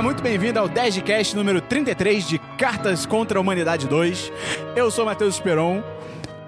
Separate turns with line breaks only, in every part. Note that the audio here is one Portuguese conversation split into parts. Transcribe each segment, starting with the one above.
muito bem-vindo ao 10 de cast número 33 de Cartas contra a Humanidade 2. Eu sou Matheus Esperon,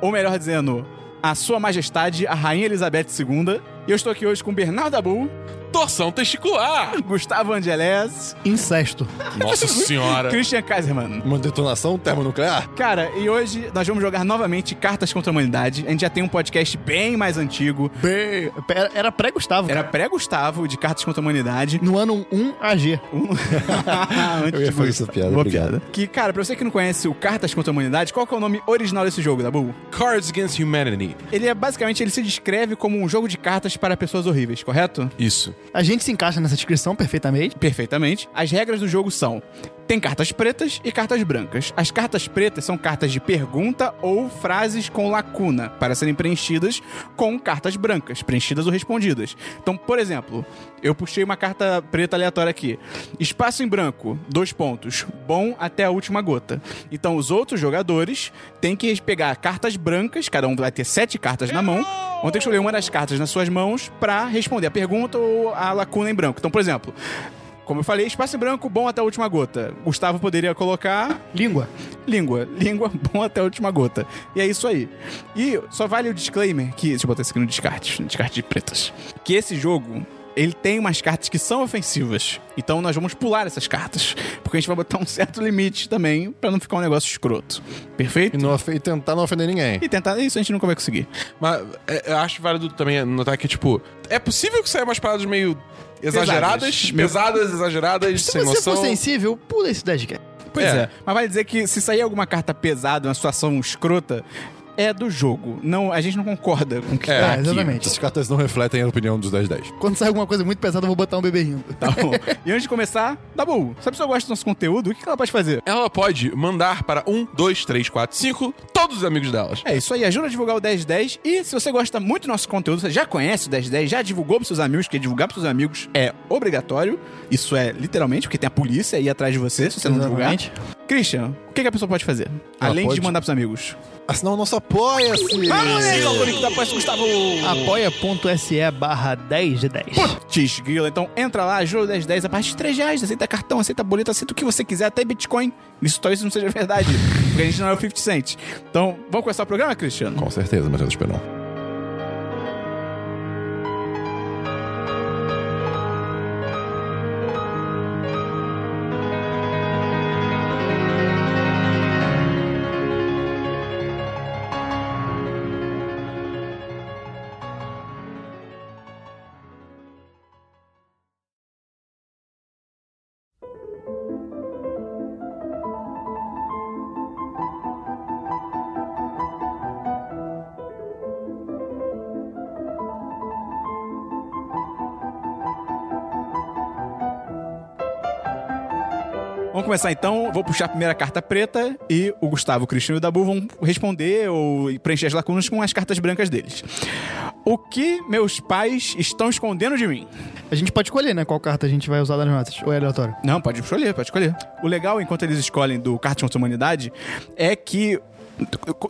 ou melhor dizendo, a Sua Majestade, a Rainha Elizabeth II. E eu estou aqui hoje com Bernardo Abu,
Torção testicular!
Gustavo Angeles,
Incesto.
Nossa
É.
senhora!
Christian Kaiserman.
Uma detonação termonuclear?
Cara, e hoje nós vamos jogar novamente Cartas contra a Humanidade. A gente já tem um podcast bem mais antigo.
Bem, era- Era pré-Gustavo.
Era pré-Gustavo, de Cartas contra a Humanidade. Um,
No ano 1 AG.
Antes
Eu ia
de
fazer
Gustavo.
essa piada,
Boa
obrigado.
piada. Que, cara, pra você que não conhece o Cartas contra a Humanidade, qual que é o nome original desse jogo, Dabu?
Cards Against Humanity.
Ele é basicamente, ele se descreve como um jogo de cartas para pessoas horríveis, correto?
Isso.
A gente se encaixa nessa descrição perfeitamente.
Perfeitamente. As regras do jogo são: tem cartas pretas e cartas brancas. As cartas pretas são cartas de pergunta ou frases com lacuna para serem preenchidas com cartas brancas, preenchidas ou respondidas. Então, por exemplo, eu puxei uma carta preta aleatória aqui. Espaço em branco, dois pontos. Bom até a última gota. Então, os outros jogadores têm que pegar cartas brancas, cada um vai ter sete cartas na mão. Vão ter que escolher uma das cartas nas suas mãos pra responder a pergunta ou a lacuna em branco. Então, por exemplo, como eu falei, espaço em branco, bom até a última gota. Gustavo poderia colocar
Língua.
língua. Língua, bom até a última gota. E é isso aí. E só vale o disclaimer que... Deixa eu botar isso aqui no descarte. No descarte de pretas. Que esse jogo... Ele tem umas cartas que são ofensivas. Então nós vamos pular essas cartas. Porque a gente vai botar um certo limite também pra não ficar um negócio escroto.
E,
Perfeito?
não ofe- e tentar não ofender ninguém.
E tentar isso a gente nunca vai conseguir.
Mas é, eu acho válido também notar que, tipo, é possível que saiam umas paradas meio exageradas,
Pesadas.
pesadas,
é
exageradas,
Se
sem
você
noção.
for sensível, pula esse 10K.
Pois é.
É.
Mas vale dizer que se sair alguma carta pesada, uma situação escrota, é do jogo. Não, a gente não concorda com o que
É,
tá
Ah,
aqui.
exatamente.
Essas cartas não refletem a opinião dos 10-10.
Quando sai alguma coisa muito pesada, eu vou botar um bebê rindo.
Tá bom. E antes de começar, Dabu, se a pessoa gosta do nosso conteúdo, o que que ela pode fazer?
Ela pode mandar para um, dois, três, quatro, cinco, todos os amigos delas.
É isso aí, ajuda a divulgar o 1010. E se você gosta muito do nosso conteúdo, você já conhece o 1010, já divulgou pros seus amigos, porque divulgar pros seus amigos é obrigatório. Isso é literalmente, porque tem a polícia aí atrás de você, se você não divulgar.
Exatamente.
Christian, o que que a pessoa pode fazer?
Ela
Além de
pode-
mandar pros amigos.
Assinar o nosso apoia-se!
Siga o link da Apoia-se, Gustavo!
Apoia.se barra 10 de 10.
Putz, grila. Então entra lá, juro 10 10 a partir de 3 reais. Aceita cartão, aceita boleto, aceita o que você quiser, até Bitcoin. Isso talvez não seja verdade, porque a gente não é o 50 Cent. Então, vamos começar o programa, Cristiano?
Com certeza, Matheus Esperon.
Vamos começar então. Vou puxar a primeira carta preta e o Gustavo, o Cristiano e o Dabu vão responder ou preencher as lacunas com as cartas brancas deles. O que meus pais estão escondendo de mim?
A gente pode escolher, né? Qual carta a gente vai usar nas notas. Ou é aleatório.
Não, pode escolher, pode escolher. O legal, enquanto eles escolhem do Cartas contra a Humanidade, é que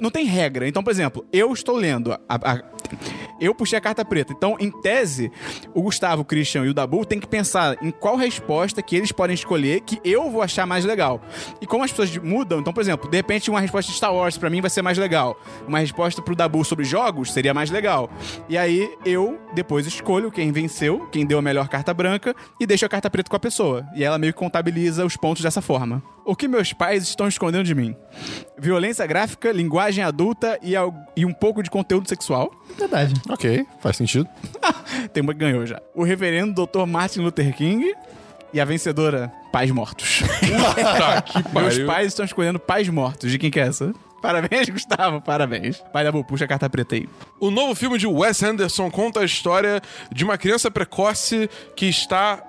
não tem regra. Então, por exemplo, eu estou lendo a- a- eu puxei a carta preta. Então, em tese, o Gustavo, o Christian e o Dabu têm que pensar em qual resposta que eles podem escolher que eu vou achar mais legal. E como as pessoas de- mudam, então, por exemplo, de repente uma resposta de Star Wars pra mim vai ser mais legal. Uma resposta pro Dabu sobre jogos seria mais legal. E aí eu depois escolho quem venceu, quem deu a melhor carta branca e deixo a carta preta com a pessoa. E ela meio que contabiliza os pontos dessa forma. O que meus pais estão escondendo de mim? Violência gráfica, linguagem adulta e, al- e um pouco de conteúdo sexual.
Verdade.
Ok, faz sentido.
Tem uma que ganhou já. O reverendo Dr. Martin Luther King e a vencedora, Pais Mortos.
Tá, que
Meus
pariu.
pais estão escolhendo Pais Mortos. De quem que é essa? Parabéns, Gustavo, parabéns. Vai, Dabu, puxa a carta preta aí.
O novo filme de Wes Anderson conta a história de uma criança precoce que está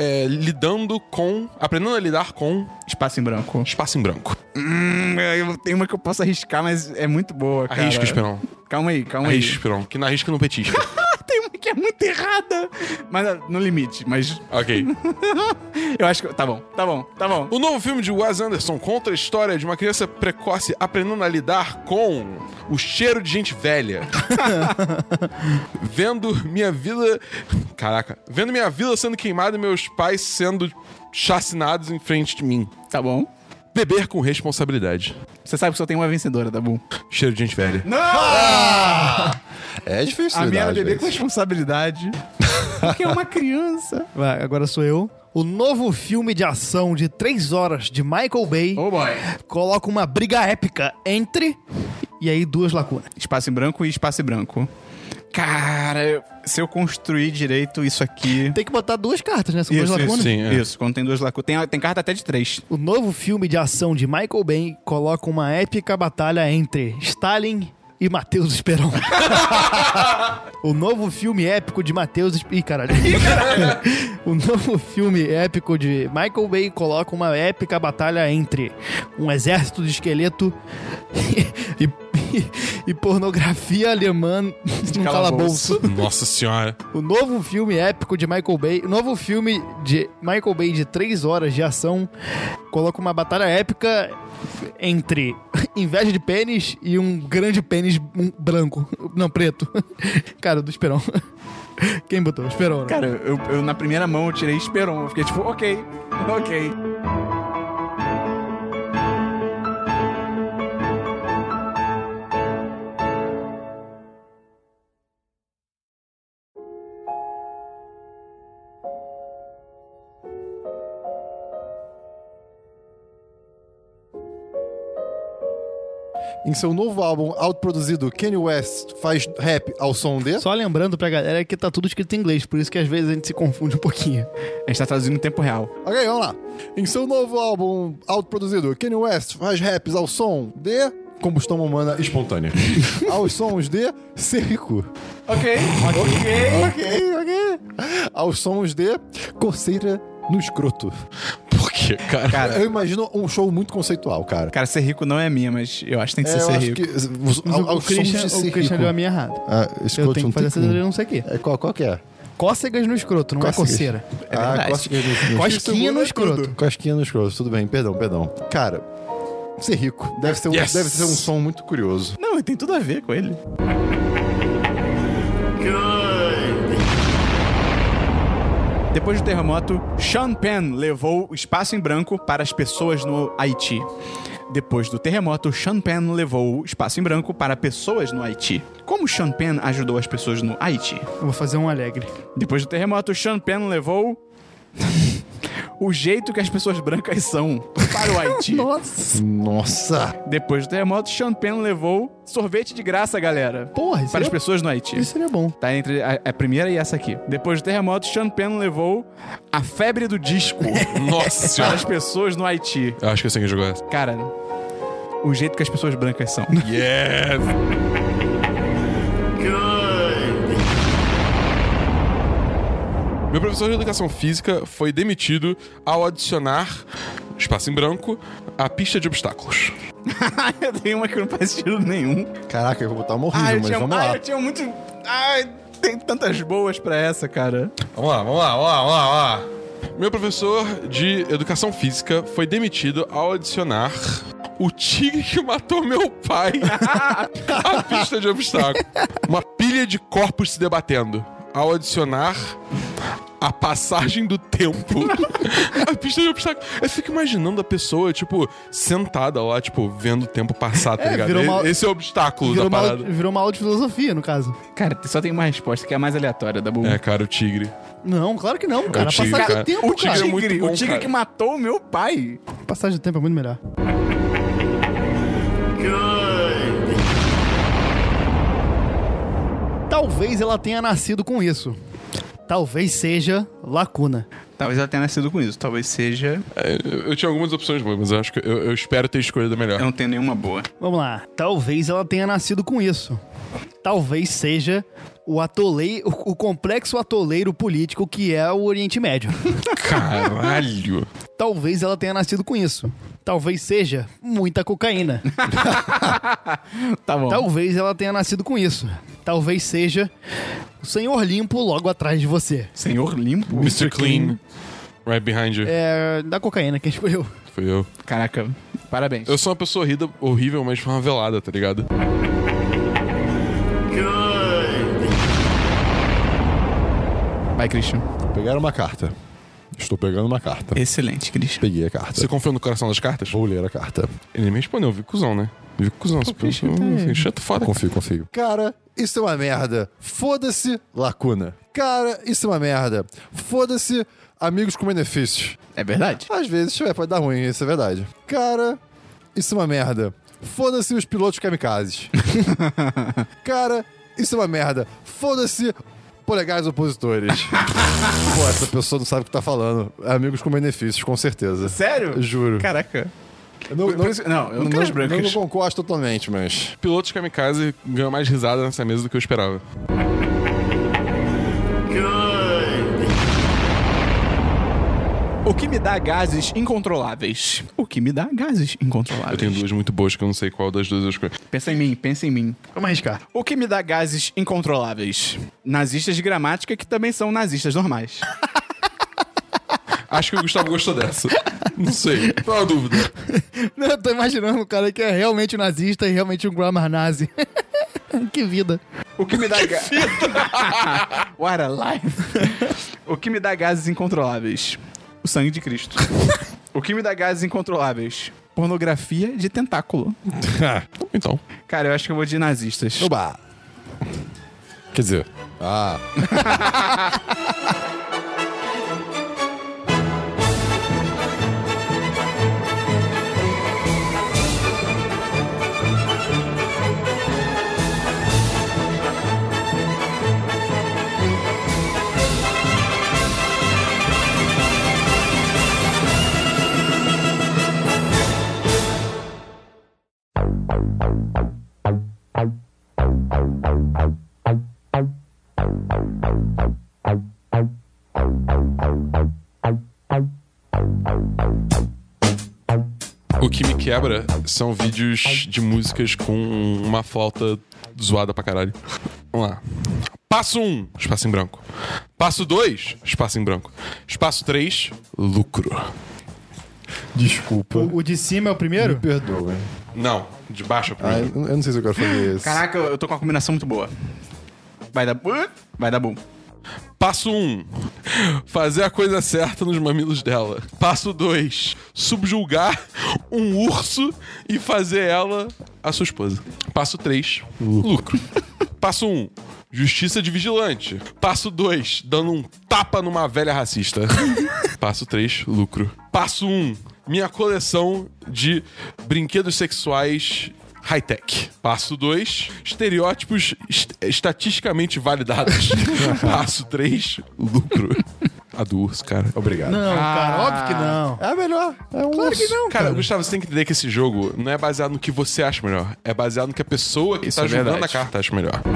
é, lidando com, aprendendo a lidar com
Espaço em branco.
espaço em branco.
Hum, eu tenho uma que eu posso arriscar, mas é muito boa, cara.
Arrisca, Esperão.
Calma aí, calma
Arrisca, Esperão. Que na risca não petisca.
aí. Tem uma que é muito errada, mas ah, no limite. Mas
ok.
eu acho que... Tá bom, tá bom, tá bom.
O novo filme de Wes Anderson conta a história de uma criança precoce aprendendo a lidar com o cheiro de gente velha. Vendo minha vida. Caraca. Vendo minha vila sendo queimada e meus pais sendo chacinados em frente de mim.
Tá bom.
Beber com responsabilidade.
Você sabe que só tem uma vencedora, tá bom?
Cheiro de gente velha.
É difícil
A minha
lidar,
era
às
beber
vezes.
com responsabilidade. Porque é uma criança.
Vai, agora sou eu. O novo filme de ação de 3 horas de Michael Bay
Oh boy.
coloca uma briga épica entre. E aí, duas lacunas.
Espaço em branco e espaço em branco. Cara, eu- se eu construir direito isso aqui.
Tem que botar duas cartas, né? São
Isso,
duas
isso,
lacunas.
Sim, é.
Isso, quando tem duas lacunas. Tem, tem carta até de três.
O novo filme de ação de Michael Bay coloca uma épica batalha entre Stalin e Matheus Esperon. o novo filme épico de Matheus... Es- Ih, caralho. o novo filme épico de Michael Bay coloca uma épica batalha entre um exército de esqueleto e, e- e pornografia alemã num
calabouço.
calabouço.
Nossa senhora.
O novo filme épico de Michael Bay, o novo filme de Michael Bay de 3 horas de ação, coloca uma batalha épica entre inveja de pênis e um grande pênis um branco. Não, preto. Cara, do Esperão. Quem botou? Esperão, né?
Cara, eu, eu na primeira mão eu tirei Esperon. Eu fiquei tipo, ok, ok.
Em seu novo álbum autoproduzido, Kanye West faz rap ao som de...
Só lembrando pra galera que tá tudo escrito em inglês, por isso que às vezes a gente se confunde um pouquinho.
A gente tá traduzindo em tempo real.
Ok, vamos lá. Em seu novo álbum autoproduzido, Kanye West faz raps ao som de... Combustão humana espontânea. aos sons de cerco.
Ok, ok.
Ok, ok. Aos sons de coceira no escroto.
Por quê, cara?
Cara,
Eu imagino um show muito conceitual, cara.
cara, ser rico não é minha, mas eu acho que tem que ser,
É, eu
ser
acho
rico.
que os-
Mas
ao-
o,
aos sons
Christian,
de
o
ser
Christian deu a
rico.
minha errada.
Ah,
Eu
escroto
tenho que fazer
não
essa
tem como.
denúncia aqui.
É, qual, qual que é?
Cócegas no escroto, não
Cócegas.
é coceira.
ah,
verdade.
cosquinha
Cosquinha
no escroto.
no escroto.
Cosquinha no escroto, tudo bem, perdão, perdão. Cara, ser rico deve ser um,
Yes.
deve ser um som muito curioso.
Não, e tem tudo a ver com ele. Depois do terremoto, Sean Penn levou o espaço em branco para as pessoas no Haiti. Depois do terremoto, Sean Penn levou o espaço em branco para pessoas no Haiti. Como Sean Penn ajudou as pessoas no Haiti?
Eu vou fazer um alegre.
Depois do terremoto, Sean Penn levou o jeito que as pessoas brancas são para o Haiti.
Nossa!
Nossa!
Depois do terremoto, Sean Penn levou sorvete de graça, galera.
Porra, isso
Para as
seria-
pessoas no Haiti.
isso seria bom.
Tá entre a, a primeira e essa aqui. Depois do terremoto, Sean Penn levou a febre do disco
Nossa
para
senhora.
as pessoas no Haiti.
Eu acho que eu sei quem jogou essa.
Cara, o jeito que as pessoas brancas são.
Yes! Meu professor de educação física foi demitido ao adicionar, espaço em branco, a pista de obstáculos.
eu tenho uma que não faz sentido nenhum.
Caraca, eu vou botar uma horrível,
Ah, eu
mas
tinha,
vamos
ah,
lá.
eu tinha muito. Ai, tem tantas boas pra essa, cara.
Vamos lá, vamos lá, vamos lá, vamos lá. Meu professor de educação física foi demitido ao adicionar o tigre que matou meu pai à pista de obstáculo. Uma pilha de corpos se debatendo. Ao adicionar a passagem do tempo. a pista de obstáculo. Eu fico imaginando a pessoa, tipo, sentada lá, tipo, vendo o tempo passar, tá
É,
ligado?
virou uma-
Esse é o obstáculo
Virou
da
uma,
parada.
aula, virou uma aula de filosofia, no caso.
Cara, só tem uma resposta que é a mais aleatória da
É, cara, o tigre.
Não, claro que não, cara.
tigre,
passagem
cara.
do tempo,
O tigre,
cara.
é muito
o
bom,
tigre
cara.
que matou o meu pai.
Passagem do tempo é muito melhor. Talvez ela tenha nascido com isso. Talvez seja lacuna.
Talvez ela tenha nascido com isso. Talvez seja.
É, Eu eu tinha algumas opções boas, mas eu acho que eu, eu espero ter escolhido a melhor.
Eu não tenho nenhuma boa.
Vamos lá. Talvez ela tenha nascido com isso. Talvez seja o atolei, o, o complexo atoleiro político que é o Oriente Médio.
Caralho!
Talvez ela tenha nascido com isso. Talvez seja muita cocaína.
Tá bom.
Talvez ela tenha nascido com isso. Talvez seja o Senhor Limpo logo atrás de você.
Senhor limpo?
Mr. Clean, right behind you.
É da cocaína quem escolheu.
Foi eu.
Caraca, parabéns.
Eu sou uma pessoa horrida, horrível, mas foi uma velada, tá ligado?
Vai, Christian.
Pegaram uma carta. Estou pegando uma carta.
Excelente, Cris.
Peguei a carta.
Você confiou no coração das cartas?
Vou ler a carta.
Ele me respondeu, vi cuzão, né? Vi cuzão. Você pensou, assim, chato foda.
Confio, confio. Cara, isso é uma merda. Foda-se, lacuna. Cara, isso é uma merda. Foda-se, amigos com benefícios.
É verdade?
Às vezes é, pode dar ruim, isso é verdade. Cara, isso é uma merda. Foda-se os pilotos kamikazes. Cara, isso é uma merda. Foda-se polegares opositores. Pô, essa pessoa não sabe o que tá falando. Amigos com benefícios, com certeza.
Sério?
Juro.
Caraca.
Eu não,
por isso- não, eu não quero as brancas.
não concordo totalmente, mas...
Pilotos kamikaze ganham mais risada nessa mesa do que eu esperava.
O que me dá gases incontroláveis? O que me dá gases incontroláveis?
Eu tenho duas muito boas que eu não sei qual das duas eu escolhi.
Pensa em mim, pensa em mim.
Vamos arriscar.
O que me dá gases incontroláveis? Nazistas de gramática que também são nazistas normais.
Acho que o Gustavo gostou dessa. Não sei. Qual a dúvida?
Não, eu tô imaginando um cara que é realmente um nazista e realmente um grammar nazi. que vida.
O que me dá gases. What a life! o que me dá gases incontroláveis? O sangue de Cristo. o que me dá gases incontroláveis? Pornografia de tentáculo.
Então.
Cara, eu acho que eu vou de nazistas.
Oba! Quer dizer... Ah,
O que me quebra são vídeos de músicas com uma flauta zoada pra caralho. Vamos lá. Passo 1, um, espaço em branco. Passo 2, espaço em branco. Espaço 3, lucro.
desculpa.
O de cima é o primeiro?
Perdoa.
Não, de baixo pra
Ah,
mim.
eu eu não sei se eu quero fazer isso.
Caraca, eu eu tô com uma combinação muito boa. Vai dar. bu- Vai dar bom.
Passo 1. Um, fazer a coisa certa nos mamilos dela. Passo 2. Subjulgar um urso e fazer ela a sua esposa. Passo 3. Lucro. Passo 1. Um, justiça de vigilante. Passo 2. Dando um tapa numa velha racista. Passo 3. Lucro. Passo 1. Um, minha coleção de brinquedos sexuais High-tech. Passo 2. Estereótipos est- estatisticamente validados. Passo 3. Lucro. A do urso, cara.
Obrigado.
Não, cara, óbvio que não.
É a melhor. É um claro
que não,
Cara, Gustavo, você tem que entender que esse jogo não é baseado no que você acha melhor. É baseado no que a pessoa que
Isso
tá
é
jogando
verdade.
a carta acha melhor.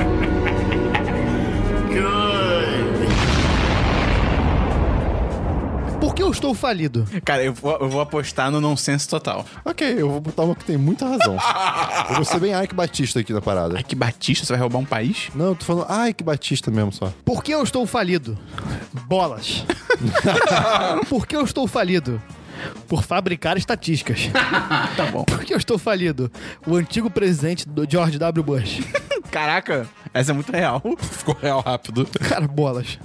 Por que eu estou falido?
Cara, eu vou, eu vou apostar no nonsense total.
Ok, eu vou botar uma que tem muita razão. eu vou ser bem Ike Batista aqui na parada.
Ai, É que Batista, você vai roubar um país?
Não, eu tô falando Ike Batista mesmo só.
Por que eu estou falido? Bolas. Por que eu estou falido? Por fabricar estatísticas.
Tá bom.
Por que eu estou falido? O antigo presidente do George W. Bush.
Caraca, essa é muito real.
Ficou real rápido.
Cara, bolas.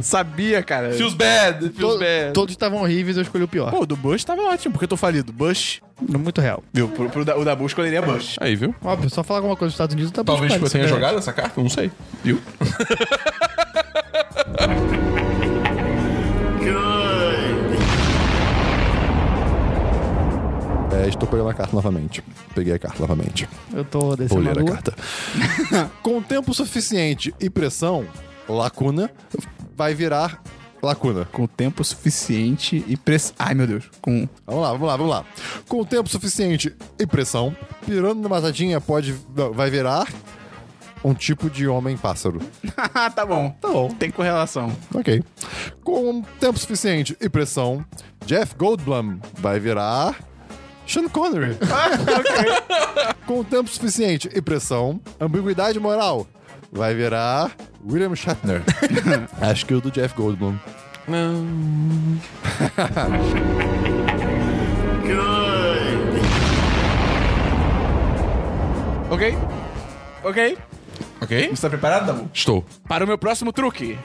Sabia, cara.
Feels bad, feels
To-
bad.
todos estavam horríveis, eu escolhi o pior.
Pô, o do Bush tava ótimo, porque eu tô falido. Bush.
Muito real.
Viu? Pro, pro da- o da Bush escolheria Bush.
Aí, viu?
Óbvio, só falar alguma coisa dos Estados Unidos tá bom.
Talvez
cara,
você tenha
isso é-
jogado essa carta, não sei. Viu?
É, estou pegando a carta novamente. Peguei a carta novamente.
Eu tô
Vou
descendo
ler
a
a
lua.
carta. Com tempo suficiente e pressão, lacuna vai virar lacuna.
Com tempo suficiente e press... Ai, meu Deus. Com... um.
Vamos lá, vamos lá, vamos lá. Com tempo suficiente e pressão, pirando na matadinha pode não, vai virar um tipo de homem pássaro.
Ah, tá bom. Tá bom. Tem correlação.
Ok. Com tempo suficiente e pressão, Jeff Goldblum vai virar Sean Connery.
Ah,
Com tempo suficiente e pressão, ambiguidade moral vai virar William Shatner. Acho que o do Jeff Goldblum.
Não.
Ok? Ok?
Ok?
Está preparado, Dabu?
Estou.
Para o meu próximo truque.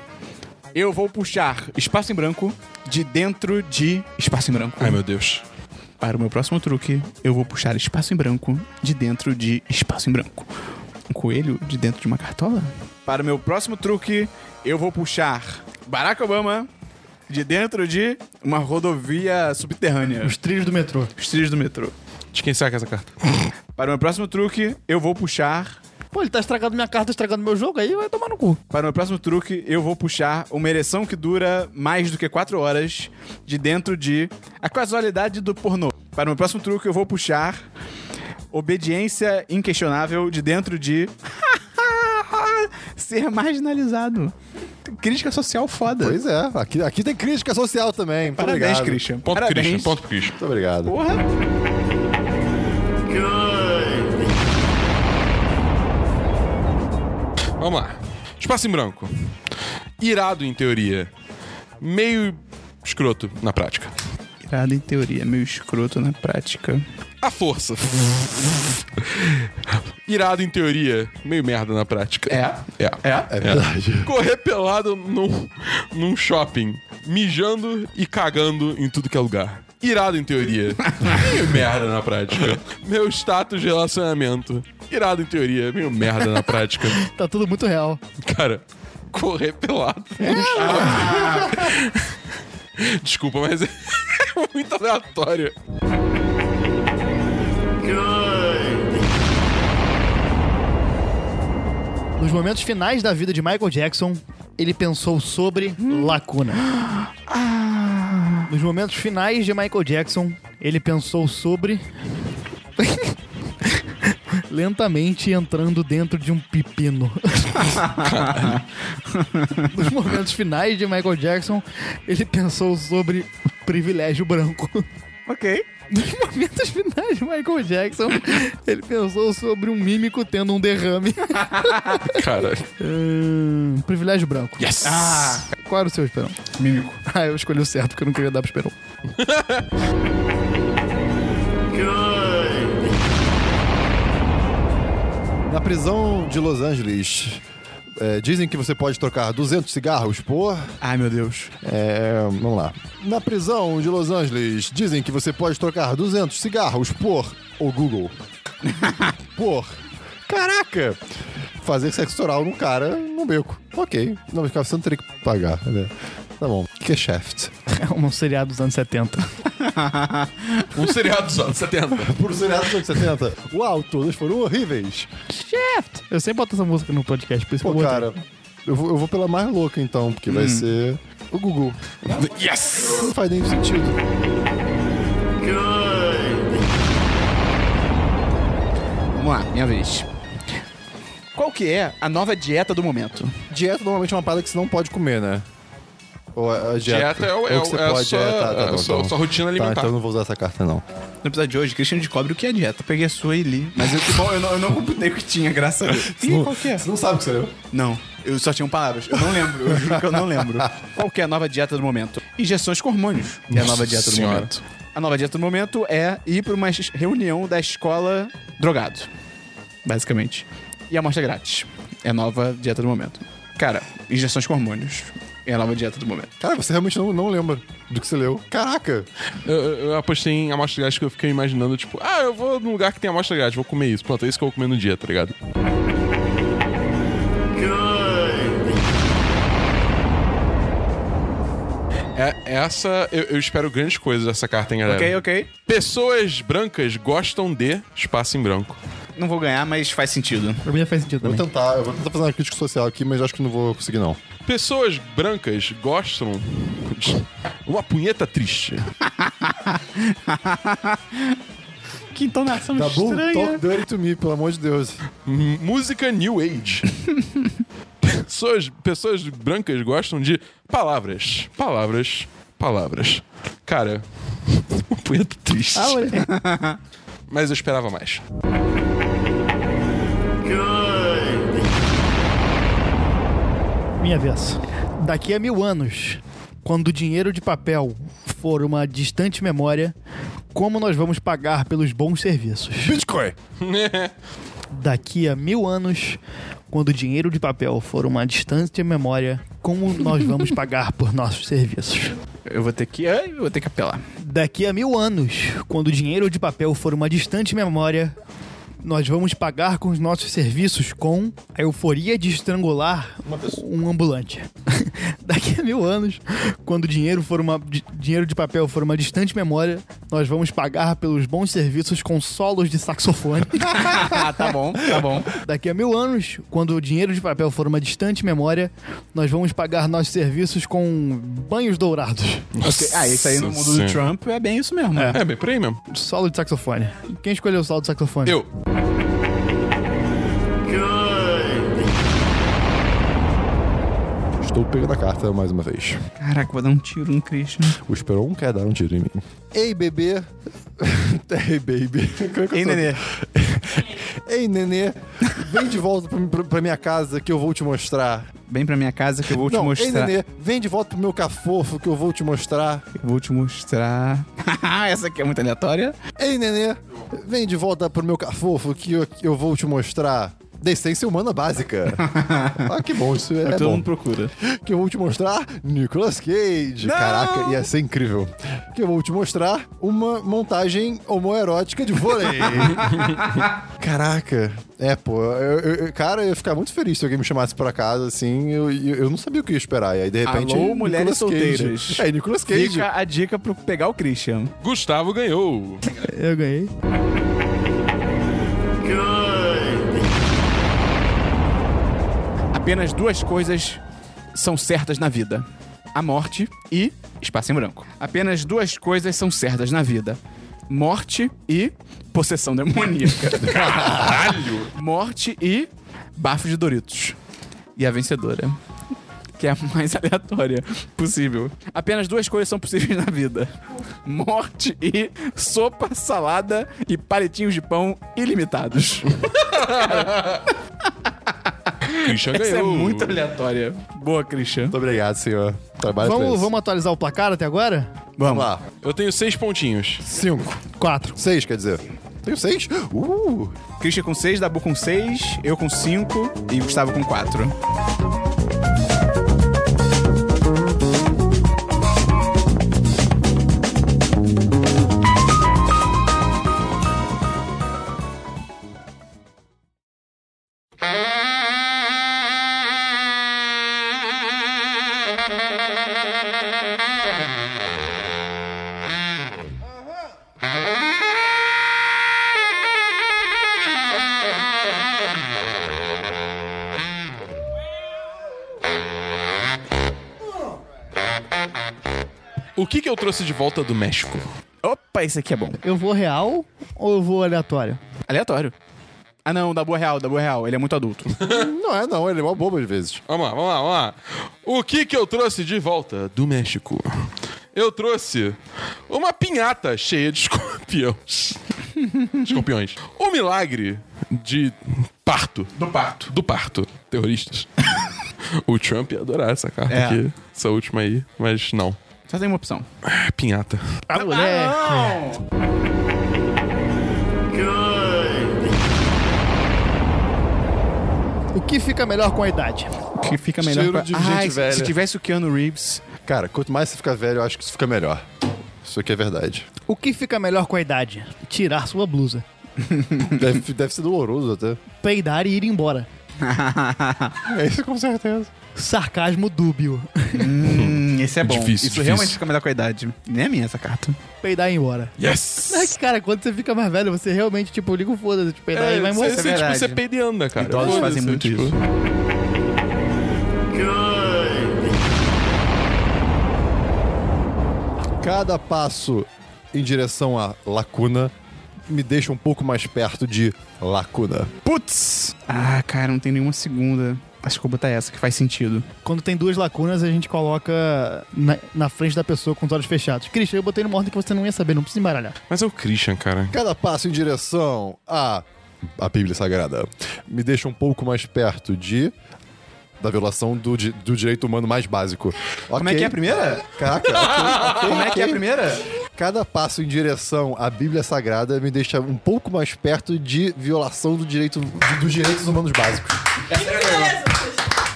eu vou puxar Espaço em Branco de dentro de Espaço em Branco.
Ai, meu Deus.
Para o meu próximo truque, eu vou puxar Espaço em Branco de dentro de Espaço em Branco. Um coelho de dentro de uma cartola? Para o meu próximo truque, eu vou puxar Barack Obama de dentro de uma rodovia subterrânea.
Os trilhos do metrô.
Os trilhos do metrô.
De quem saca essa carta?
Para o meu próximo truque, eu vou puxar.
Pô, ele tá estragando minha carta, estragando meu jogo, aí vai tomar no cu.
Para o meu próximo truque, eu vou puxar uma ereção que dura mais do que 4 horas de dentro de a casualidade do pornô. Para o meu próximo truque, eu vou puxar obediência inquestionável de dentro de ser marginalizado. Crítica social foda.
Pois é, aqui, aqui tem crítica social também. Muito
Parabéns,
obrigado.
Christian.
tá Ponto pro
Parabéns.
Christian, ponto pro Christian.
Muito obrigado.
Porra.
Vamos lá. Espaço em branco. Irado em teoria. Meio escroto na prática.
Irado em teoria, meio escroto na prática.
A força. Irado em teoria, meio merda na prática. É.
É?
É verdade.
Correr pelado num, num shopping, mijando e cagando em tudo que é lugar. Irado em teoria. meio merda na prática. Meu status de relacionamento. Irado em teoria, meio merda na prática.
Tá tudo muito real.
Cara, correr pelado. Ah. Desculpa, mas é muito aleatório.
Nos momentos finais da vida de Michael Jackson, ele pensou sobre lacuna. Nos momentos finais de Michael Jackson, ele pensou sobre. Lentamente entrando dentro de um pepino. Nos momentos finais de Michael Jackson, ele pensou sobre privilégio branco.
Ok.
Nos momentos finais de Michael Jackson, ele pensou sobre um mímico tendo um derrame.
Cara,
Ahn, Hum, privilégio branco.
yes!
Ah.
Qual era o seu Esperão?
Mímico.
Ah, eu escolhi o certo porque eu não queria dar pro Esperão.
Na prisão de Los Angeles, é, dizem que você pode trocar 200 cigarros por...
Ai, meu Deus.
É, vamos lá. Na prisão de Los Angeles, dizem que você pode trocar 200 cigarros por o Google. por. Caraca! Fazer sexo oral num cara num beco. Ok. Não, mas cara, você não teria que pagar. né? Tá bom. Que shaft.
É um seriado dos anos 70.
Um seriado dos anos 70.
Por seriado dos anos 70. Uau, todos foram horríveis.
Shaft! Eu sempre boto essa música no podcast, por isso
Pô,
que eu botei.
cara, eu vou, eu vou pela mais louca então, porque vai ser o Google.
Yes!
Não faz nenhum sentido.
Vamos lá, minha vez. Qual que é a nova dieta do momento?
Dieta normalmente é uma parada que você não pode comer, né? Ou a a dieta,
Dieta é o- é
ou
o-
que você
é a
pode,
sua-
é, tá, tá,
a
tá,
sua-
tá.
sua rotina alimentar.
Tá, então eu não vou usar essa carta, não.
No episódio de hoje, Christian descobre o que é dieta. Eu peguei a sua e li. Mas eu, que bom, eu, não, eu não computei o que tinha, graças a Deus. Ih, qual que é?
Você não sabe o que você leu?
Não, eu só tinha um palavras. Eu não lembro, eu juro que eu não lembro. Qual que é a nova dieta do momento? Injeções com hormônios é a nova
Nossa
dieta do
Senhora.
momento. A nova dieta do momento é ir para uma reunião da escola drogado, basicamente. E amostra grátis. É a nova dieta do momento. Cara, injeções com hormônios é a nova dieta do momento.
Cara, você realmente não, não lembra do que você leu. Caraca!
Eu, eu apostei em amostra grátis que eu fiquei imaginando, tipo, ah, eu vou num lugar que tem amostra grátis, vou comer isso. Pronto, é isso que eu vou comer no dia, tá ligado? É, essa, eu, eu espero grandes coisas dessa carta, hein, galera.
Ok, ok.
Pessoas brancas gostam de espaço em branco.
Não vou ganhar, mas faz sentido.
Pra mim faz sentido
Eu vou
também.
tentar, eu vou tentar fazer uma crítica social aqui, mas acho que não vou conseguir, não.
Pessoas brancas gostam de uma punheta triste.
Que entonação
Tá bom?
estranha.
Talk dirty to me, pelo amor de Deus.
M- música New Age. pessoas, pessoas brancas gostam de palavras. Palavras, palavras. Cara, um punheta triste.
Ah, olha.
Mas eu esperava mais.
Minha vez. Daqui a mil anos, quando o dinheiro de papel for uma distante memória, como nós vamos pagar pelos bons serviços?
Bitcoin!
daqui a mil anos, quando o dinheiro de papel for uma distância memória, como nós vamos pagar por nossos serviços?
Eu vou ter que. Eu vou ter que apelar.
Daqui a mil anos, quando o dinheiro de papel for uma distante memória, nós vamos pagar com os nossos serviços com a euforia de estrangular um ambulante. Daqui a mil anos, quando o dinheiro for uma di- dinheiro de papel for uma distante memória, nós vamos pagar pelos bons serviços com solos de saxofone.
ah, tá bom, tá bom.
Daqui a mil anos, quando o dinheiro de papel for uma distante memória, nós vamos pagar nossos serviços com banhos dourados.
Ok, Ah, isso aí no
Nossa
mundo do
Senhora.
Trump é bem isso mesmo.
É.
É, bem por aí mesmo.
Solo de saxofone. Quem escolheu o solo de saxofone?
Eu.
Estou pegando a carta mais uma vez.
Caraca, vou dar um tiro no Christian.
O Esperon quer dar um tiro em mim. Ei, bebê. Ei, baby. Como é que eu
Ei,
tô?
nenê.
Ei, nenê. Vem de volta pra, mim- pra- pra minha casa que eu vou te mostrar.
Vem pra minha casa que eu vou te
Não, ei,
mostrar.
nenê. Vem de volta pro meu cafofo que eu vou te mostrar.
Eu vou te mostrar. Essa aqui é muito aleatória.
Ei, nenê. Vem de volta pro meu cafofo que eu, que eu vou te mostrar. Decência humana básica. ah, que bom, isso é,
todo
bom.
mundo procura.
Que eu vou te mostrar Nicolas Cage.
Não!
Caraca, ia ser incrível. Que eu vou te mostrar uma montagem homoerótica de vôlei. Caraca. É, pô. eu- eu- eu- cara, eu ia ficar muito feliz se alguém me chamasse pra casa, assim. Eu, eu, eu não sabia o que ia esperar. E aí, de repente.
Alô,
Nicolas
mulheres
Cage.
solteiras.
É, Nicolas Cage.
Fica a dica pro pegar o Christian.
Gustavo ganhou.
Eu ganhei.
Apenas duas coisas são certas na vida: a morte e espaço em branco. Apenas duas coisas são certas na vida: morte e possessão demoníaca.
Caralho!
morte e bafo de Doritos. E a vencedora. Que é a mais aleatória possível. Apenas duas coisas são possíveis na vida: morte e sopa, salada e palitinhos de pão ilimitados.
Christian
Essa é
ganhou.
muito aleatória. Boa, Christian.
Muito obrigado, senhor. Trabalho
Vamos,
preso.
vamos atualizar o placar até agora?
Vamos lá.
Eu tenho seis pontinhos.
Cinco.
Quatro.
Seis, quer dizer. Tenho seis? Uh!
Christian com 6, Dabu com 6, eu com 5 e Gustavo com 4.
O que que eu trouxe de volta do México?
Opa, esse aqui é bom.
Eu vou real ou eu vou aleatório?
Aleatório. Ah não, Dabu é real, Dabu é real. Ele é muito adulto.
Não é, não. Ele é uma boba às vezes.
Vamos lá, vamos lá, vamos lá. O que que eu trouxe de volta do México? Eu trouxe uma pinhata cheia de escorpiões. escorpiões. O milagre de parto. Do parto. Do parto. Terroristas. o Trump ia adorar essa carta
É.
aqui, essa última aí, mas não.
Só tem uma opção.
É pinhata.
A mulher. O que fica melhor com a idade?
Que fica melhor
Cheiro
pra...
de
Ah,
gente
se-
velha.
se tivesse o Keanu Reeves...
Cara, quanto mais você fica velho, eu acho que isso fica melhor. Isso aqui é verdade.
O que fica melhor com a idade? Tirar sua blusa.
Deve, deve ser doloroso até.
Peidar e ir embora.
É isso com certeza.
Sarcasmo dúbio.
Hum, esse é bom.
Difícil,
Isso
difícil.
realmente fica melhor com a idade. Nem é minha essa carta.
Peidar e ir embora. É
Yes!
que, cara, quando você fica mais velho, você realmente, tipo, liga o foda-se, tipo, peidar e vai
você,
morrer.
isso é
você, tipo,
verdade.
você peida e anda, cara.
Idosos
Foda-se,
fazem muito
tipo,
isso.
Cada passo em direção à lacuna me deixa um pouco mais perto de lacuna.
Putz! Ah, cara, não tem nenhuma segunda. Acho que eu vou botar essa, que faz sentido.
Quando tem duas lacunas, a gente coloca na, na frente da pessoa com os olhos fechados. Christian, eu botei numa ordem que você não ia saber, não precisa embaralhar.
Mas é o Christian, cara.
Cada passo em direção à a Bíblia Sagrada me deixa um pouco mais perto de da violação do, di- do direito humano mais básico.
Como é que é a primeira?
Caraca, ok, ok,
Como é que é a
ok.
primeira?
cada passo em direção à Bíblia Sagrada me deixa um pouco mais perto de violação do direito, dos direitos humanos básicos.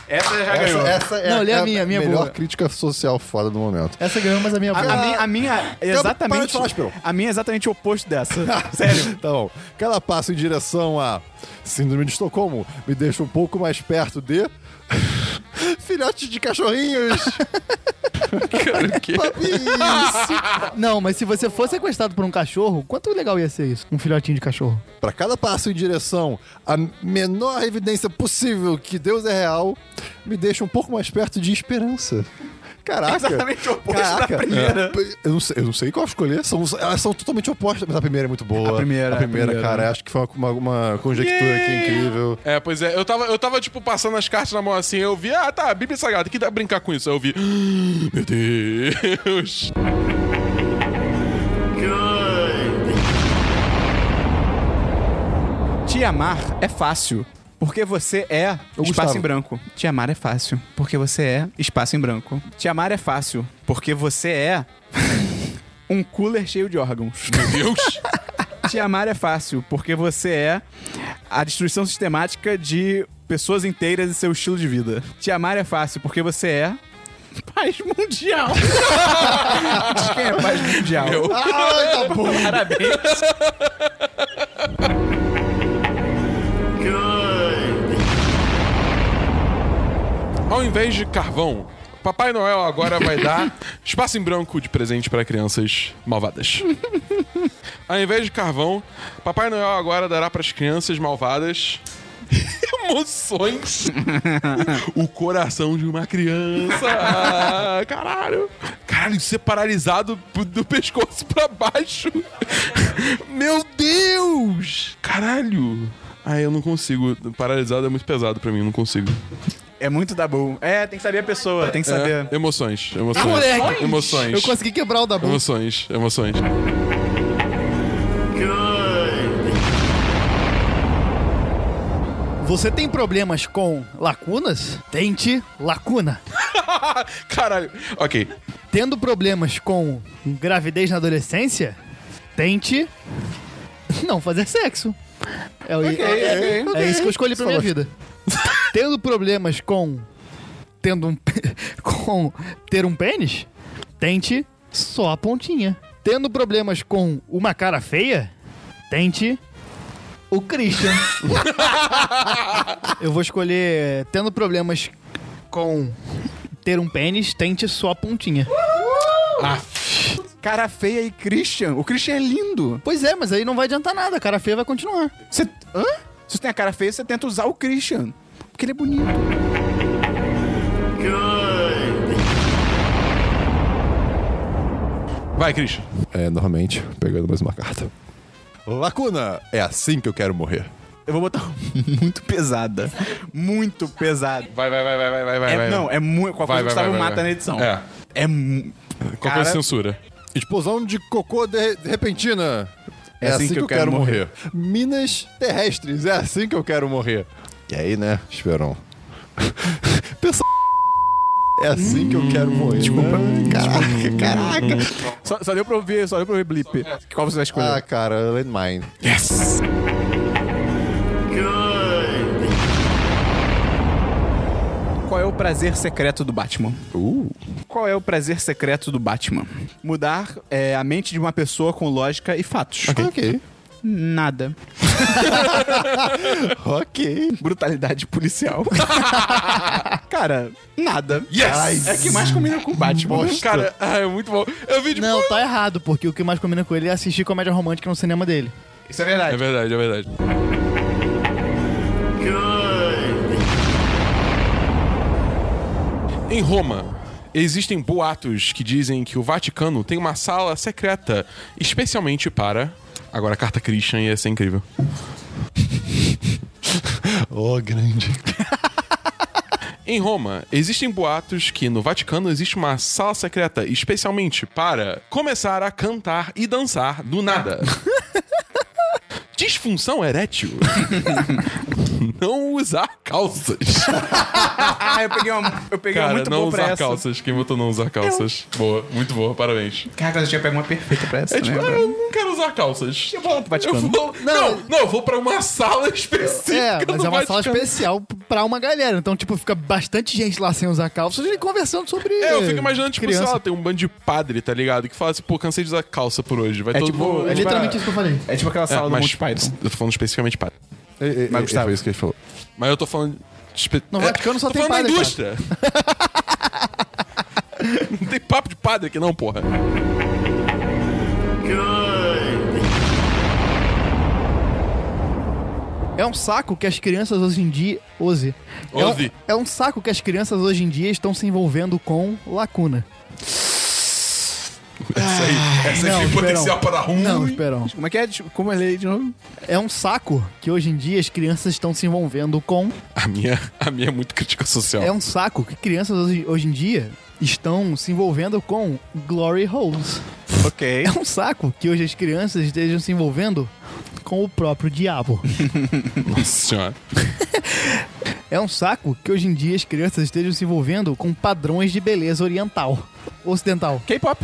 Essa já
Essa,
ganhou.
essa é
Não, lê a
é
minha, minha
melhor
boa.
crítica social foda do momento.
Essa ganhou, mas a minha
A,
boa.
a minha, a minha é
para de
exatamente.
falar, Esperon.
a minha é exatamente o oposto dessa. Sério.
Tá bom. Cada passo em direção à Síndrome de Estocolmo me deixa um pouco mais perto de. Filhotes de cachorrinhos!
Cara, o quê?
Não, mas se você fosse sequestrado por um cachorro, quanto legal ia ser isso? Um filhotinho de cachorro.
Para cada passo em direção à menor evidência possível que Deus é real, me deixa um pouco mais perto de esperança. Caraca!
Exatamente o oposto da
Caraca.
primeira.
É. Eu, não sei, eu não sei qual escolher, são, elas são totalmente opostas, mas a primeira é muito boa.
A primeira,
a primeira,
a primeira.
cara, acho que foi uma, uma- uma conjectura aqui incrível.
É, pois é. Eu tava, eu tava, tipo, passando as cartas na mão assim, eu vi, ah, tá, Bíblia Sagrada, que dá pra brincar com isso? Aí eu vi, "Ah, meu Deus.
Te amar é fácil. Porque você é espaço
Gustavo.
em branco. Te amar é fácil. Porque você é espaço em branco. Te amar é fácil. Porque você é um cooler cheio de órgãos.
Meu Deus.
Te amar é fácil. Porque você é a destruição sistemática de pessoas inteiras e seu estilo de vida. Te amar é fácil. Porque você é. Paz mundial. Diz quem é paz mundial.
Meu.
Ai, tá bom!
Parabéns.
Ao invés de carvão, Papai Noel agora vai dar espaço em branco de presente pra crianças malvadas. Ao invés de carvão, Papai Noel agora dará pras crianças malvadas emoções. o coração de uma criança. Caralho. Caralho, de ser paralisado p- do pescoço pra baixo. Meu Deus. Caralho. Ai, eu não consigo. Paralisado é muito pesado pra mim, não consigo.
É muito da boa. É, tem que saber a pessoa. Tem que saber.
É, emoções, emoções.
moleque!
Emoções.
Eu consegui quebrar o da boca.
Emoções, emoções.
Você tem problemas com lacunas? Tente lacuna.
Caralho. Ok.
Tendo problemas com gravidez na adolescência? Tente não fazer sexo. É, o- é- é isso que eu escolhi pra minha vida. Tendo problemas com tendo um pe- com ter um pênis? Tente só a pontinha. Tendo problemas com uma cara feia? Tente o Christian. eu vou escolher tendo problemas com ter um pênis, tente só a pontinha.
Cara feia e Christian. O Christian é lindo.
Pois é, mas aí não vai adiantar nada, a cara feia vai continuar.
Você. Hã? Se você tem a cara feia, você tenta usar o Christian. Porque ele é bonito.
Vai, Christian.
É, novamente, pegando mais uma carta. Lacuna, é assim que eu quero morrer.
Eu vou
um
botar muito pesada. Muito pesada.
Vai, vai, vai, vai, vai, vai, vai.
É-
vai.
não, é muito. Qualquer
Vai,
coisa
vai,
que o Gustavo
vai, vai,
mata
vai.
na edição.
É.
É. mu-
Qual
Cara,
foi a censura?
Explosão de cocô de- repentina. É assim, que eu quero, morrer. Minas terrestres, é assim que eu quero morrer. E aí, né, Esperon? Pensa. É assim que eu quero
Hum,
morrer. Desculpa. Caraca, caraca.
só, só deu pra ouvir, só deu pra ouvir blip. Qual você vai escolher?
Ah, cara, Landmine.
Yes!
Qual é o prazer secreto do Batman?
Uh.
Qual é o prazer secreto do Batman? Mudar é, a mente de uma pessoa com lógica e fatos.
Ok.
Nada.
Ok.
Brutalidade policial. Cara, nada.
Yes!
É que mais combina com o Batman.
Cara, ah, é muito bom. Eu vi de
Não, tá errado, porque o que mais combina com ele é assistir comédia romântica no cinema dele.
Isso é
É
verdade.
verdade, é verdade. Em Roma, existem boatos que dizem que o Vaticano tem uma sala secreta especialmente para. Agora a carta Christian ia ser incrível.
Oh, grande.
Em Roma, existem boatos que no Vaticano existe uma sala secreta especialmente para começar a cantar e dançar do nada. Diz disfunção erétil. não usar calças.
Ah, eu peguei uma, eu peguei uma
Cara,
muito
não
boa pra
usar
essa.
calças. Quem botou não usar calças? Boa, muito boa, parabéns.
Caraca, eu tinha pego uma perfeita pra essa, né,
É tipo, ah, eu não quero usar calças. Eu vou,
Vaticano.
não, não, eu vou pra uma sala específica.
É, mas
do
é uma sala
Vaticano.
especial pra uma galera. Então, tipo, fica bastante gente lá sem usar calças e conversando sobre.
É, eu fico imaginando, tipo,
criança.
sei lá, tem um bando de padre, tá ligado? Que fala assim, pô, cansei de usar calça por hoje. Vai
É
todo
tipo-
mundo.
É
tipo,
literalmente
é-
isso que eu falei.
É tipo aquela sala do Monty Python. Tá.
eu tô falando especificamente de padre.
É, é,
Mas,
é,
Gustavo-
foi isso que ele falou.
Mas eu tô falando. de espe-
No
é,
Vaticano só
tô
tem
falando
padre,
da indústria. não tem papo de padre aqui, não, porra.
É um saco que as crianças hoje em dia. Oze. É um-
Oze.
É, um, saco que as crianças hoje em dia estão se envolvendo com lacuna.
Essa aí, essa aí
não,
tem potencial
Esperão.
para ruim.
Não, esperão.
Como é que é? Tipo, Como é lei de novo?
É um saco que hoje em dia as crianças estão se envolvendo com.
a, minha, a minha é muito crítica social.
É um saco que crianças hoje, hoje em dia estão se envolvendo com glory holes.
Ok.
É um saco que hoje as crianças estejam se envolvendo com o próprio diabo.
Nossa senhora.
É um saco que hoje em dia as crianças estejam se envolvendo com padrões de beleza oriental. Ocidental.
K-pop.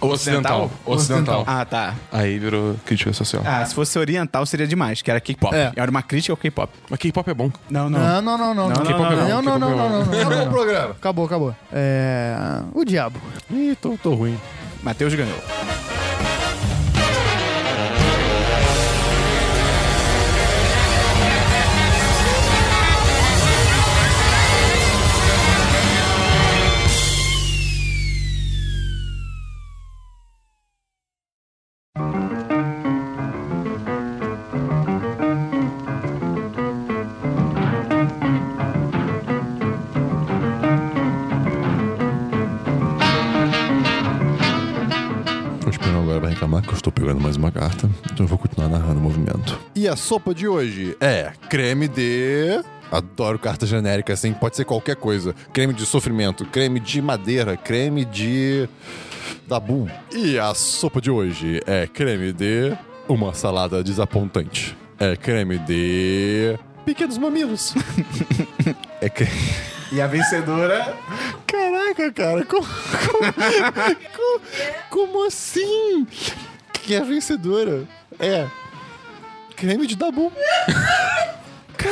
Ocidental. Ocidental.
Ah, tá.
Aí virou crítica social.
Ah, se fosse oriental seria demais, que era K-pop.
É.
Era uma crítica ao K-pop.
Mas K-pop é bom.
Não,
Não, Ah, não, não, não.
Não, não, não,
não, não, não, não, não, não,
Acabou
não,
o
não.
programa.
Acabou, acabou. É. O diabo.
Ih, tô, tô ruim.
Matheus ganhou.
O Espinão agora vai reclamar que eu estou pegando mais uma carta, então eu vou continuar narrando o movimento. E a sopa de hoje é creme de. Adoro carta genérica assim, pode ser qualquer coisa. Creme de sofrimento, creme de madeira, creme de. Dabu. E a sopa de hoje é creme de. Uma salada desapontante. É creme de. Pequenos mamilos. é creme.
E a vencedora.
Caraca, cara, como, como, como- como assim? Que a vencedora é creme de Dabu.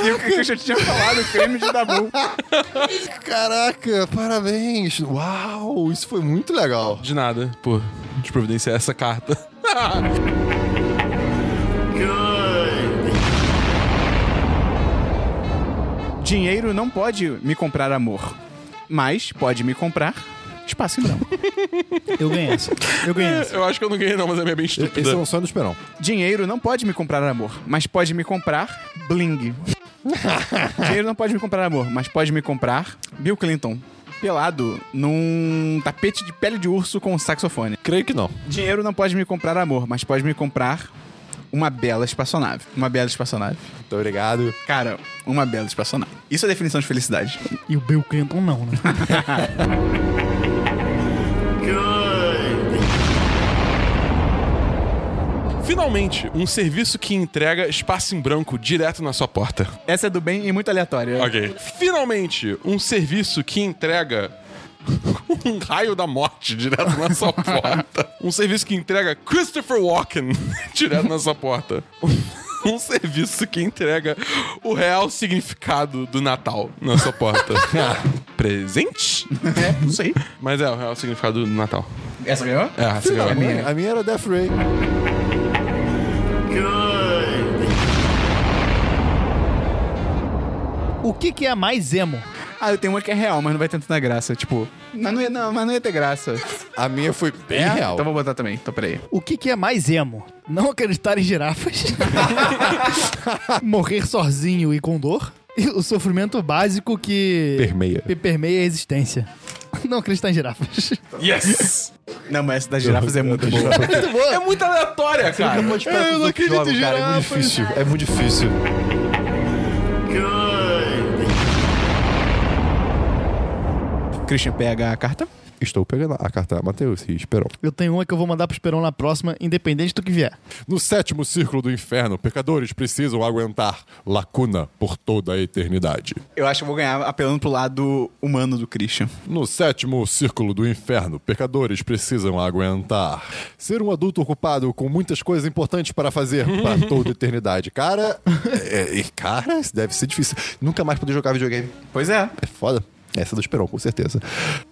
E o que eu já tinha falado, creme de Dabu.
Caraca, parabéns. Uau, isso foi muito legal.
De nada, por desprovidenciar é essa carta.
Dinheiro não pode me comprar amor, mas pode me comprar espaço em branco.
Eu ganhei essa. Eu ganhei essa.
Eu acho que eu não ganhei, não, mas é minha bem
Esse é
estúpida.
um sonho do Esperão.
Dinheiro não pode me comprar amor, mas pode me comprar bling. Dinheiro não pode me comprar amor, mas pode me comprar Bill Clinton. Pelado num tapete de pele de urso com um saxofone.
Creio que não.
Dinheiro não pode me comprar amor, mas pode me comprar uma bela espaçonave. Uma bela espaçonave.
Muito obrigado.
Cara, uma bela espaçonave. Isso é a definição de felicidade.
E o Bill Clinton não, né?
Finalmente, um serviço que entrega espaço em branco direto na sua porta.
Essa é do bem e muito aleatória.
Ok. Finalmente, um serviço que entrega um raio da morte direto na sua porta. Um serviço que entrega Christopher Walken direto na sua porta. Um serviço que entrega o real significado do Natal na sua porta. Ah, Presente?
É, não sei.
Mas é o real significado do Natal.
Essa ganhou?
É, essa
Não,
galera.
a, minha, a minha era Death Ray.
O que que é mais emo?
Ah, eu tenho uma que é real, mas não vai ter tanta graça. Tipo, mas não ia, não, mas não ia ter graça.
A minha foi bem
É?
real.
Então vou botar também. Então peraí.
O que que é mais emo? Não acreditar em girafas. Morrer sozinho e com dor. E o sofrimento básico que...
Permeia.
que permeia a existência. Não acreditar em girafas.
Yes!
Não, mas essa das girafas é muito boa.
Muito boa.
É muito aleatória, cara.
eu não acredito em cara. É muito difícil. É muito difícil.
Christian pega a carta.
Estou pegando a carta a Matheus e Esperon.
Eu tenho uma que eu vou mandar pro Esperão na próxima, independente do que vier.
No sétimo círculo do inferno, pecadores precisam aguentar lacuna por toda a eternidade.
Eu acho que eu vou ganhar apelando pro lado humano do Christian.
No sétimo círculo do inferno, pecadores precisam aguentar ser um adulto ocupado com muitas coisas importantes para fazer para toda a eternidade. Cara, é, é, cara, isso deve ser difícil. Nunca mais poder jogar videogame.
Pois é.
É foda. Essa é do Esperon, com certeza.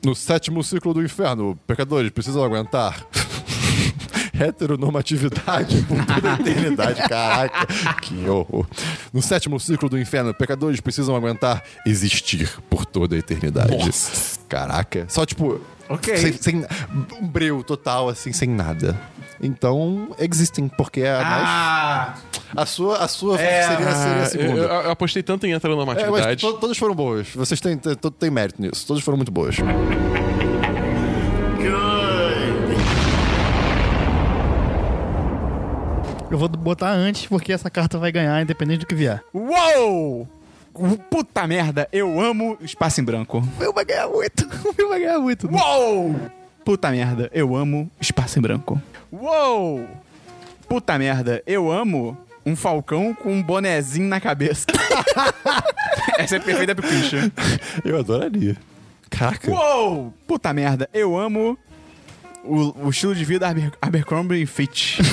No sétimo círculo do inferno, pecadores precisam aguentar. Heteronormatividade por toda a eternidade. Caraca, que horror. No sétimo círculo do inferno, pecadores precisam aguentar existir por toda a eternidade. Caraca. Só tipo.
Ok.
Sem, sem- um breu total, assim, sem nada. Então, existem, porque é a mais.
Ah!
A sua, a sua
É,
seria, seria a
Ah, Eu, eu-
segunda.
eu apostei tanto em
É, mas
heteronormatividade.
to- todas foram boas. Vocês têm, têm, todo- têm mérito nisso. Todas foram muito boas.
Eu vou botar antes, porque essa carta vai ganhar, independente do que vier.
Uou! Puta merda, eu amo Espaço em Branco.
O meu vai ganhar muito. O meu vai ganhar muito.
Uou! Puta merda, eu amo Espaço em Branco. Uou! Puta merda, eu amo um falcão com um bonezinho na cabeça. Essa é perfeita pro Christian.
Eu adoraria. Caraca.
Uou! Puta merda, eu amo o, o estilo de vida Aber, Abercrombie Fitch.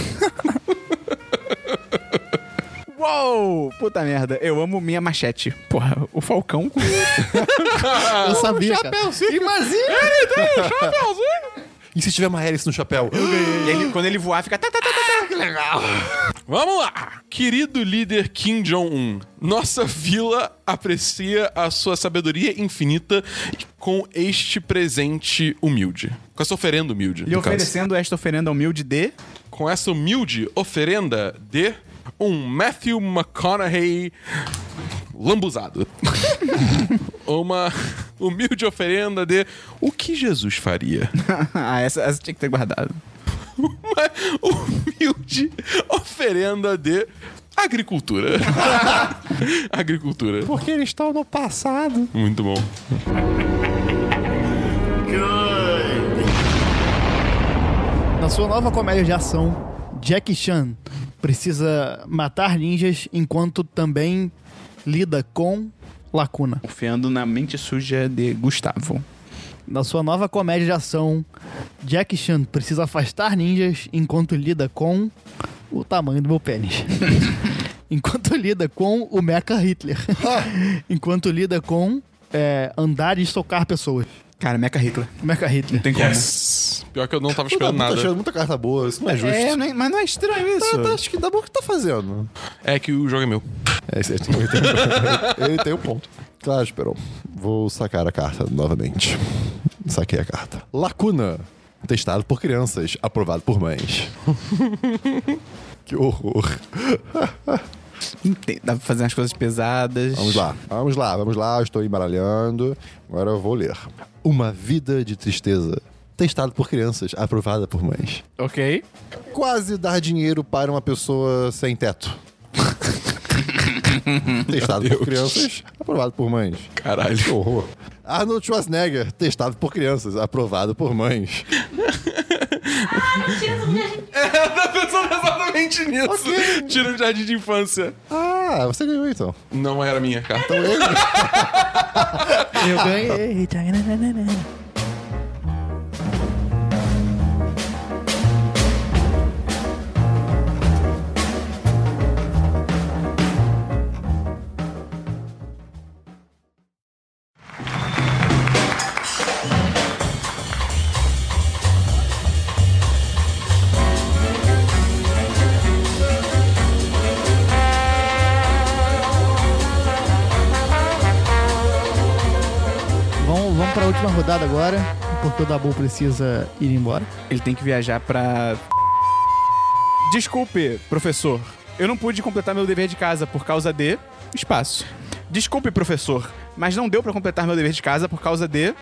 Uou! Puta merda, eu amo minha machete. Porra, o falcão com
Eu sabia, cara. Imagina!
E se tiver uma hélice no chapéu?
E ele, quando ele voar, fica. tá, tá, tá, tá, tá.
Vamos lá! Querido líder Kim Jong-un, nossa vila aprecia a sua sabedoria infinita com este presente humilde. Com essa oferenda humilde.
Lhe
no caso.
oferecendo esta oferenda humilde de.
Com essa humilde oferenda de um Matthew McConaughey lambuzado. Uma humilde oferenda de o que Jesus faria.
ah, essa, essa tinha que ter guardado.
Uma humilde oferenda de agricultura. agricultura.
Porque eles estão no passado.
Muito bom.
Na sua nova comédia de ação, Jack Chan precisa matar ninjas enquanto também lida com lacuna.
Confiando na mente suja de Gustavo.
Na sua nova comédia de ação, Jack Chan precisa afastar ninjas enquanto lida com o tamanho do meu pênis. enquanto lida com o Mecha Hitler. enquanto lida com é, andar e socar pessoas.
Cara, Mecha Hitler.
O Mecha Hitler.
Não tem como.
Yes! Pior que eu não tava
Tá
esperando nada.
achando muita carta boa, isso não é justo.
É, né? mas não é estranho
Tá- tá-
isso.
acho que dá bom o que tá fazendo.
É que o jogo é meu.
É, esse- esse- ele tem- ele tem um ponto. Claro, Esperon. Vou sacar a carta novamente. Saquei a carta. Lacuna. Testado por crianças, aprovado por mães. que horror.
Tem- dá pra fazer umas coisas pesadas.
Vamos lá, vamos lá, vamos lá, eu estou embaralhando. Agora eu vou ler. Uma vida de tristeza. Testado por crianças, aprovada por mães.
Ok.
Quase dar dinheiro para uma pessoa sem teto. testado por crianças, aprovado por mães. Que
Caralho.
horror. Arnold Schwarzenegger, testado por crianças, aprovado por mães.
Tá pensando exatamente nisso. Tira um jardim de infância.
Ah, você ganhou então.
Não era minha carta.
Eu ganhei. Vamos, vamos pra última rodada agora, porque o Dabu precisa ir embora.
Ele tem que viajar pra. Desculpe, professor. Eu não pude completar meu dever de casa por causa de. Espaço. Desculpe, professor. Mas não deu pra completar meu dever de casa por causa de.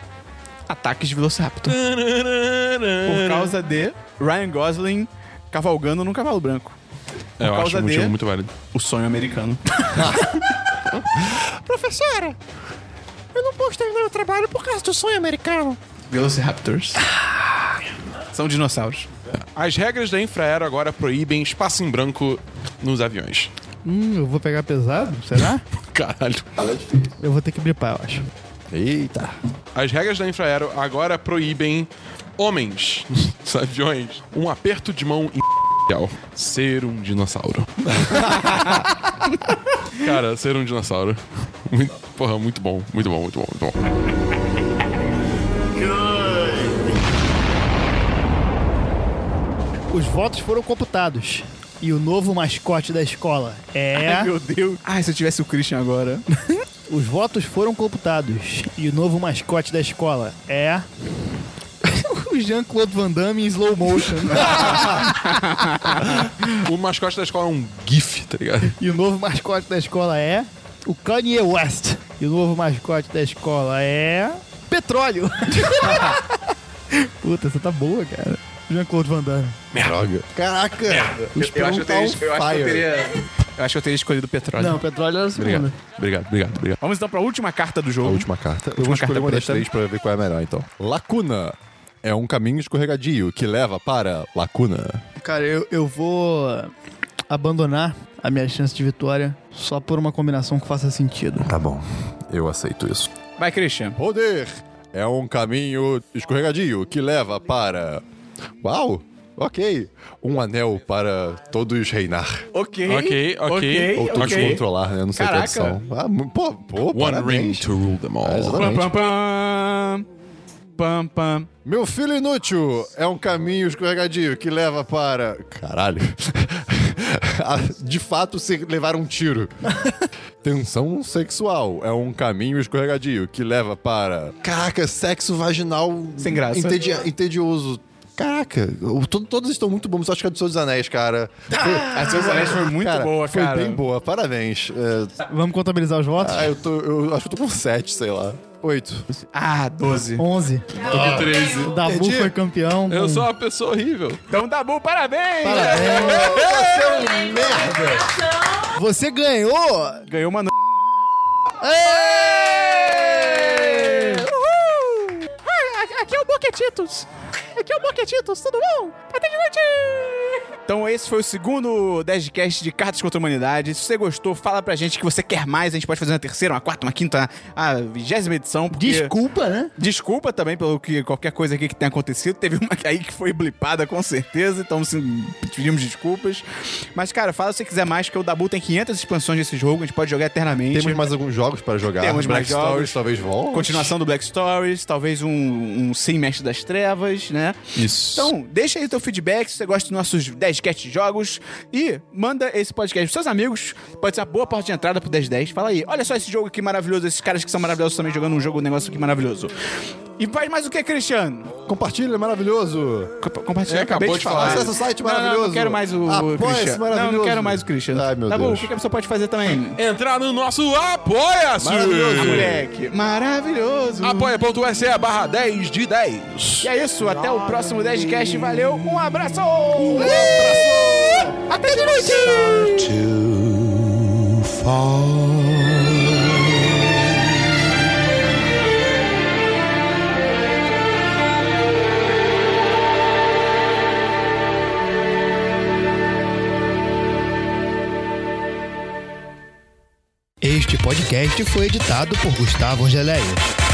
Ataques de Velociraptor. Por causa de Ryan Gosling cavalgando num cavalo branco.
É, eu acho
causa
um motivo
de-
muito válido.
O sonho americano.
Professora, eu não posso terminar o trabalho por causa do sonho americano.
Velociraptors. Ah, São dinossauros.
As regras da infraero agora proíbem espaço em branco nos aviões.
Hum, eu vou pegar pesado, será?
Caralho.
eu vou ter que gripar, eu acho.
Eita.
As regras da infraero agora proíbem homens nos aviões. Um aperto de mão em ser um dinossauro. Cara, ser um dinossauro. Muito, porra, muito bom, muito bom, muito bom, muito bom.
Os votos foram computados. E o novo mascote da escola é.
Ai, meu Deus. Ai, se eu tivesse o Christian agora.
Os votos foram computados. E o novo mascote da escola é. o Jean-Claude Van Damme em slow motion.
O mascote da escola é um GIF, tá ligado?
e o novo mascote da escola é. O Kanye West. E o novo mascote da escola é. Petróleo. Puta, essa tá boa, cara. Jean-Claude Van Damme.
Droga. Caraca. Os
É, Eu acho, que eu teria,
perguntam
eu, acho que eu,
fire.
teria, eu acho que eu teria escolhido petróleo.
Não, petróleo era a segunda.
um- Obrigado, obrigado, obrigado, obrigado.
Vamos então pra última carta do
Uhum. A
jogo.
última carta. Eu
Última
vou escolher
carta
uma das
preta.
três pra ver qual é a melhor, então. Lacuna. É um caminho escorregadio que leva para lacuna.
Cara, eu, eu vou abandonar a minha chance de vitória só por uma combinação que faça sentido.
Tá bom. Eu aceito isso.
Vai, Christian.
Poder é um caminho escorregadio que leva para. Uau! Ok. Um anel para todos reinar.
Ok.
Ok, ok.
Ou todos
ok.
controlar, né? Eu Não sei
Caraca.
a tradução. Ah, mu- pô, pô,
One ring
parabéns.
to rule them
Ah,
all.
Pam,
exatamente.
pam, pam. Pam, pam.
Meu filho inútil é um caminho escorregadio que leva para. Caralho. A- De fato, se levar um tiro. Tensão sexual é um caminho escorregadio que leva para. Caraca, sexo vaginal.
Sem graça.
entedi- entedioso. Caraca, o- to- todos estão muito bons, só acho que é a do Senhor dos Anéis, cara.
Ah! A Seus Anéis foi muito boa,
foi
cara.
bem boa, parabéns. É,
Vamos contabilizar os votos?
ah, eu, tô, eu acho que eu tô com 7, sei lá. 8.
Ah, 12.
11.
Top 13.
O Dabu
Perdi.
foi campeão.
Eu
com-
sou uma pessoa horrível.
Então, Dabu, parabéns!
Parabéns.
Você é um merda!
Você ganhou!
Ganhou uma no...
Aqui é o Boquetitos. Aqui é o Boquetitos, tudo bom? Até de noite!
Então esse foi o segundo 10cast de Cartas contra a Humanidade. Se você gostou, fala pra gente que você quer mais. A gente pode fazer uma terceira, uma quarta, uma quinta, a vigésima edição. Porque...
Desculpa, né?
Desculpa também pelo que qualquer coisa aqui que tenha acontecido. Teve uma aí que foi blipada, com certeza. Então, assim, pedimos desculpas. Mas, cara, fala se você quiser mais, que o Dabu tem 500 expansões desse jogo. A gente pode jogar eternamente.
Temos mais alguns jogos para jogar.
Temos mais
Black
jogos. assim.
Stories talvez volte.
Continuação do Black Stories, talvez um, um Sim Mestre das Trevas, né?
Isso.
Então, deixa aí o teu feedback se você gosta dos nossos 10 cast jogos e manda esse podcast pros seus amigos. Pode ser uma boa porta de entrada pro 1010. Fala aí, olha só esse jogo aqui maravilhoso, esses caras que são maravilhosos também jogando um jogo, um negócio aqui maravilhoso. E faz mais o que, Cristiano?
Compartilha, maravilhoso.
Co- Compartilha,
É,
acabei
acabou
de
de
falar.
falar.
Acessa o site
Não, não,
maravilhoso.
Não, quero mais o
Apoia-se,
Christian. Não, não
maravilhoso.
quero mais o Christian.
Ai, meu
tá bom,
Deus.
o que que a pessoa pode fazer também?
Entrar no nosso Apoia-se.
Ah, moleque. Maravilhoso.
Apoia.se barra 10 de 10.
E é isso, até o próximo 10cast. Valeu, um abraço! Um abraço! Até de noite!
Este podcast foi editado por Gustavo Angeléias.